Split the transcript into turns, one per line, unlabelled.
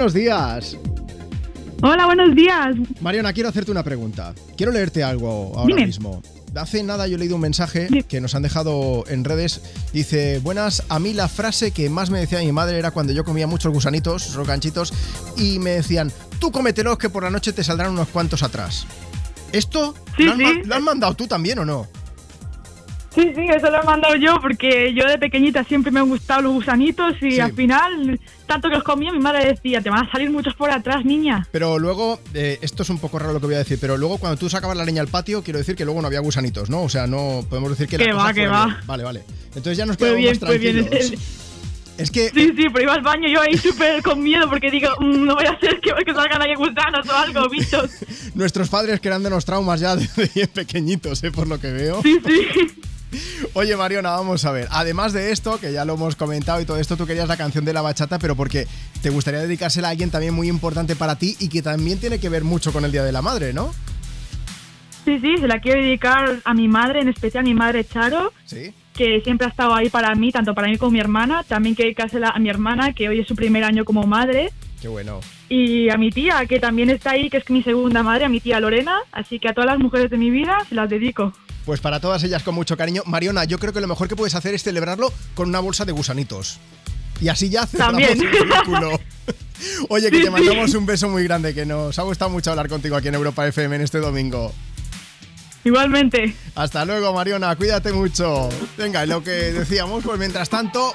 Buenos días.
Hola, buenos días.
Mariona, quiero hacerte una pregunta. Quiero leerte algo ahora
Dime.
mismo. Hace nada yo he leído un mensaje
Dime.
que nos han dejado en redes. Dice, buenas, a mí la frase que más me decía mi madre era cuando yo comía muchos gusanitos, rocanchitos, y me decían, tú cómetelos que por la noche te saldrán unos cuantos atrás. ¿Esto
Sí,
lo, has
sí.
ma- lo has mandado tú también o no?
Sí, sí, eso lo he mandado yo porque yo de pequeñita siempre me han gustado los gusanitos y
Sí.
al final, tanto que los comía, mi madre decía, te van a salir muchos por atrás, niña.
Pero luego, eh, esto es un poco raro lo que voy a decir, pero luego cuando tú sacabas la leña al patio, quiero decir que luego no había gusanitos, ¿no? O sea, no podemos decir que la
Que
cosa
va, que
fue
va.
bien. Vale, vale. Entonces ya nos
Fue
quedamos
bien,
más
fue bien.
tranquilos. Es que
Sí, sí, pero iba al baño yo ahí súper con miedo porque digo, "Mm, no voy a hacer que, que salgan ahí gusanos o algo, bichos.
nuestros padres creándonos traumas ya desde bien pequeñitos, ¿eh? por lo que veo.
Sí, sí.
Oye, Mariona, vamos a ver. Además de esto, que ya lo hemos comentado y todo esto, tú querías la canción de la bachata, pero porque te gustaría dedicársela a alguien también muy importante para ti y que también tiene que ver mucho con el Día de la Madre, ¿no?
Sí, sí, se la quiero dedicar a mi madre, en especial a mi madre Charo,
Sí.
que siempre ha estado ahí para mí, tanto para mí como mi hermana. También quiero dedicársela a mi hermana, que hoy es su primer año como madre.
Qué bueno.
Y a mi tía, que también está ahí, que es mi segunda madre, a mi tía Lorena. Así que a todas las mujeres de mi vida se las dedico.
Pues para todas ellas con mucho cariño. Mariona, yo creo que lo mejor que puedes hacer es celebrarlo con una bolsa de gusanitos. Y así ya cerramos
También.
el círculo. Oye, que
Sí,
te
sí.
mandamos un beso muy grande, que nos ha gustado mucho hablar contigo aquí en Europa FM en este domingo.
Igualmente.
Hasta luego, Mariona, cuídate mucho. Venga, y lo que decíamos, pues mientras tanto,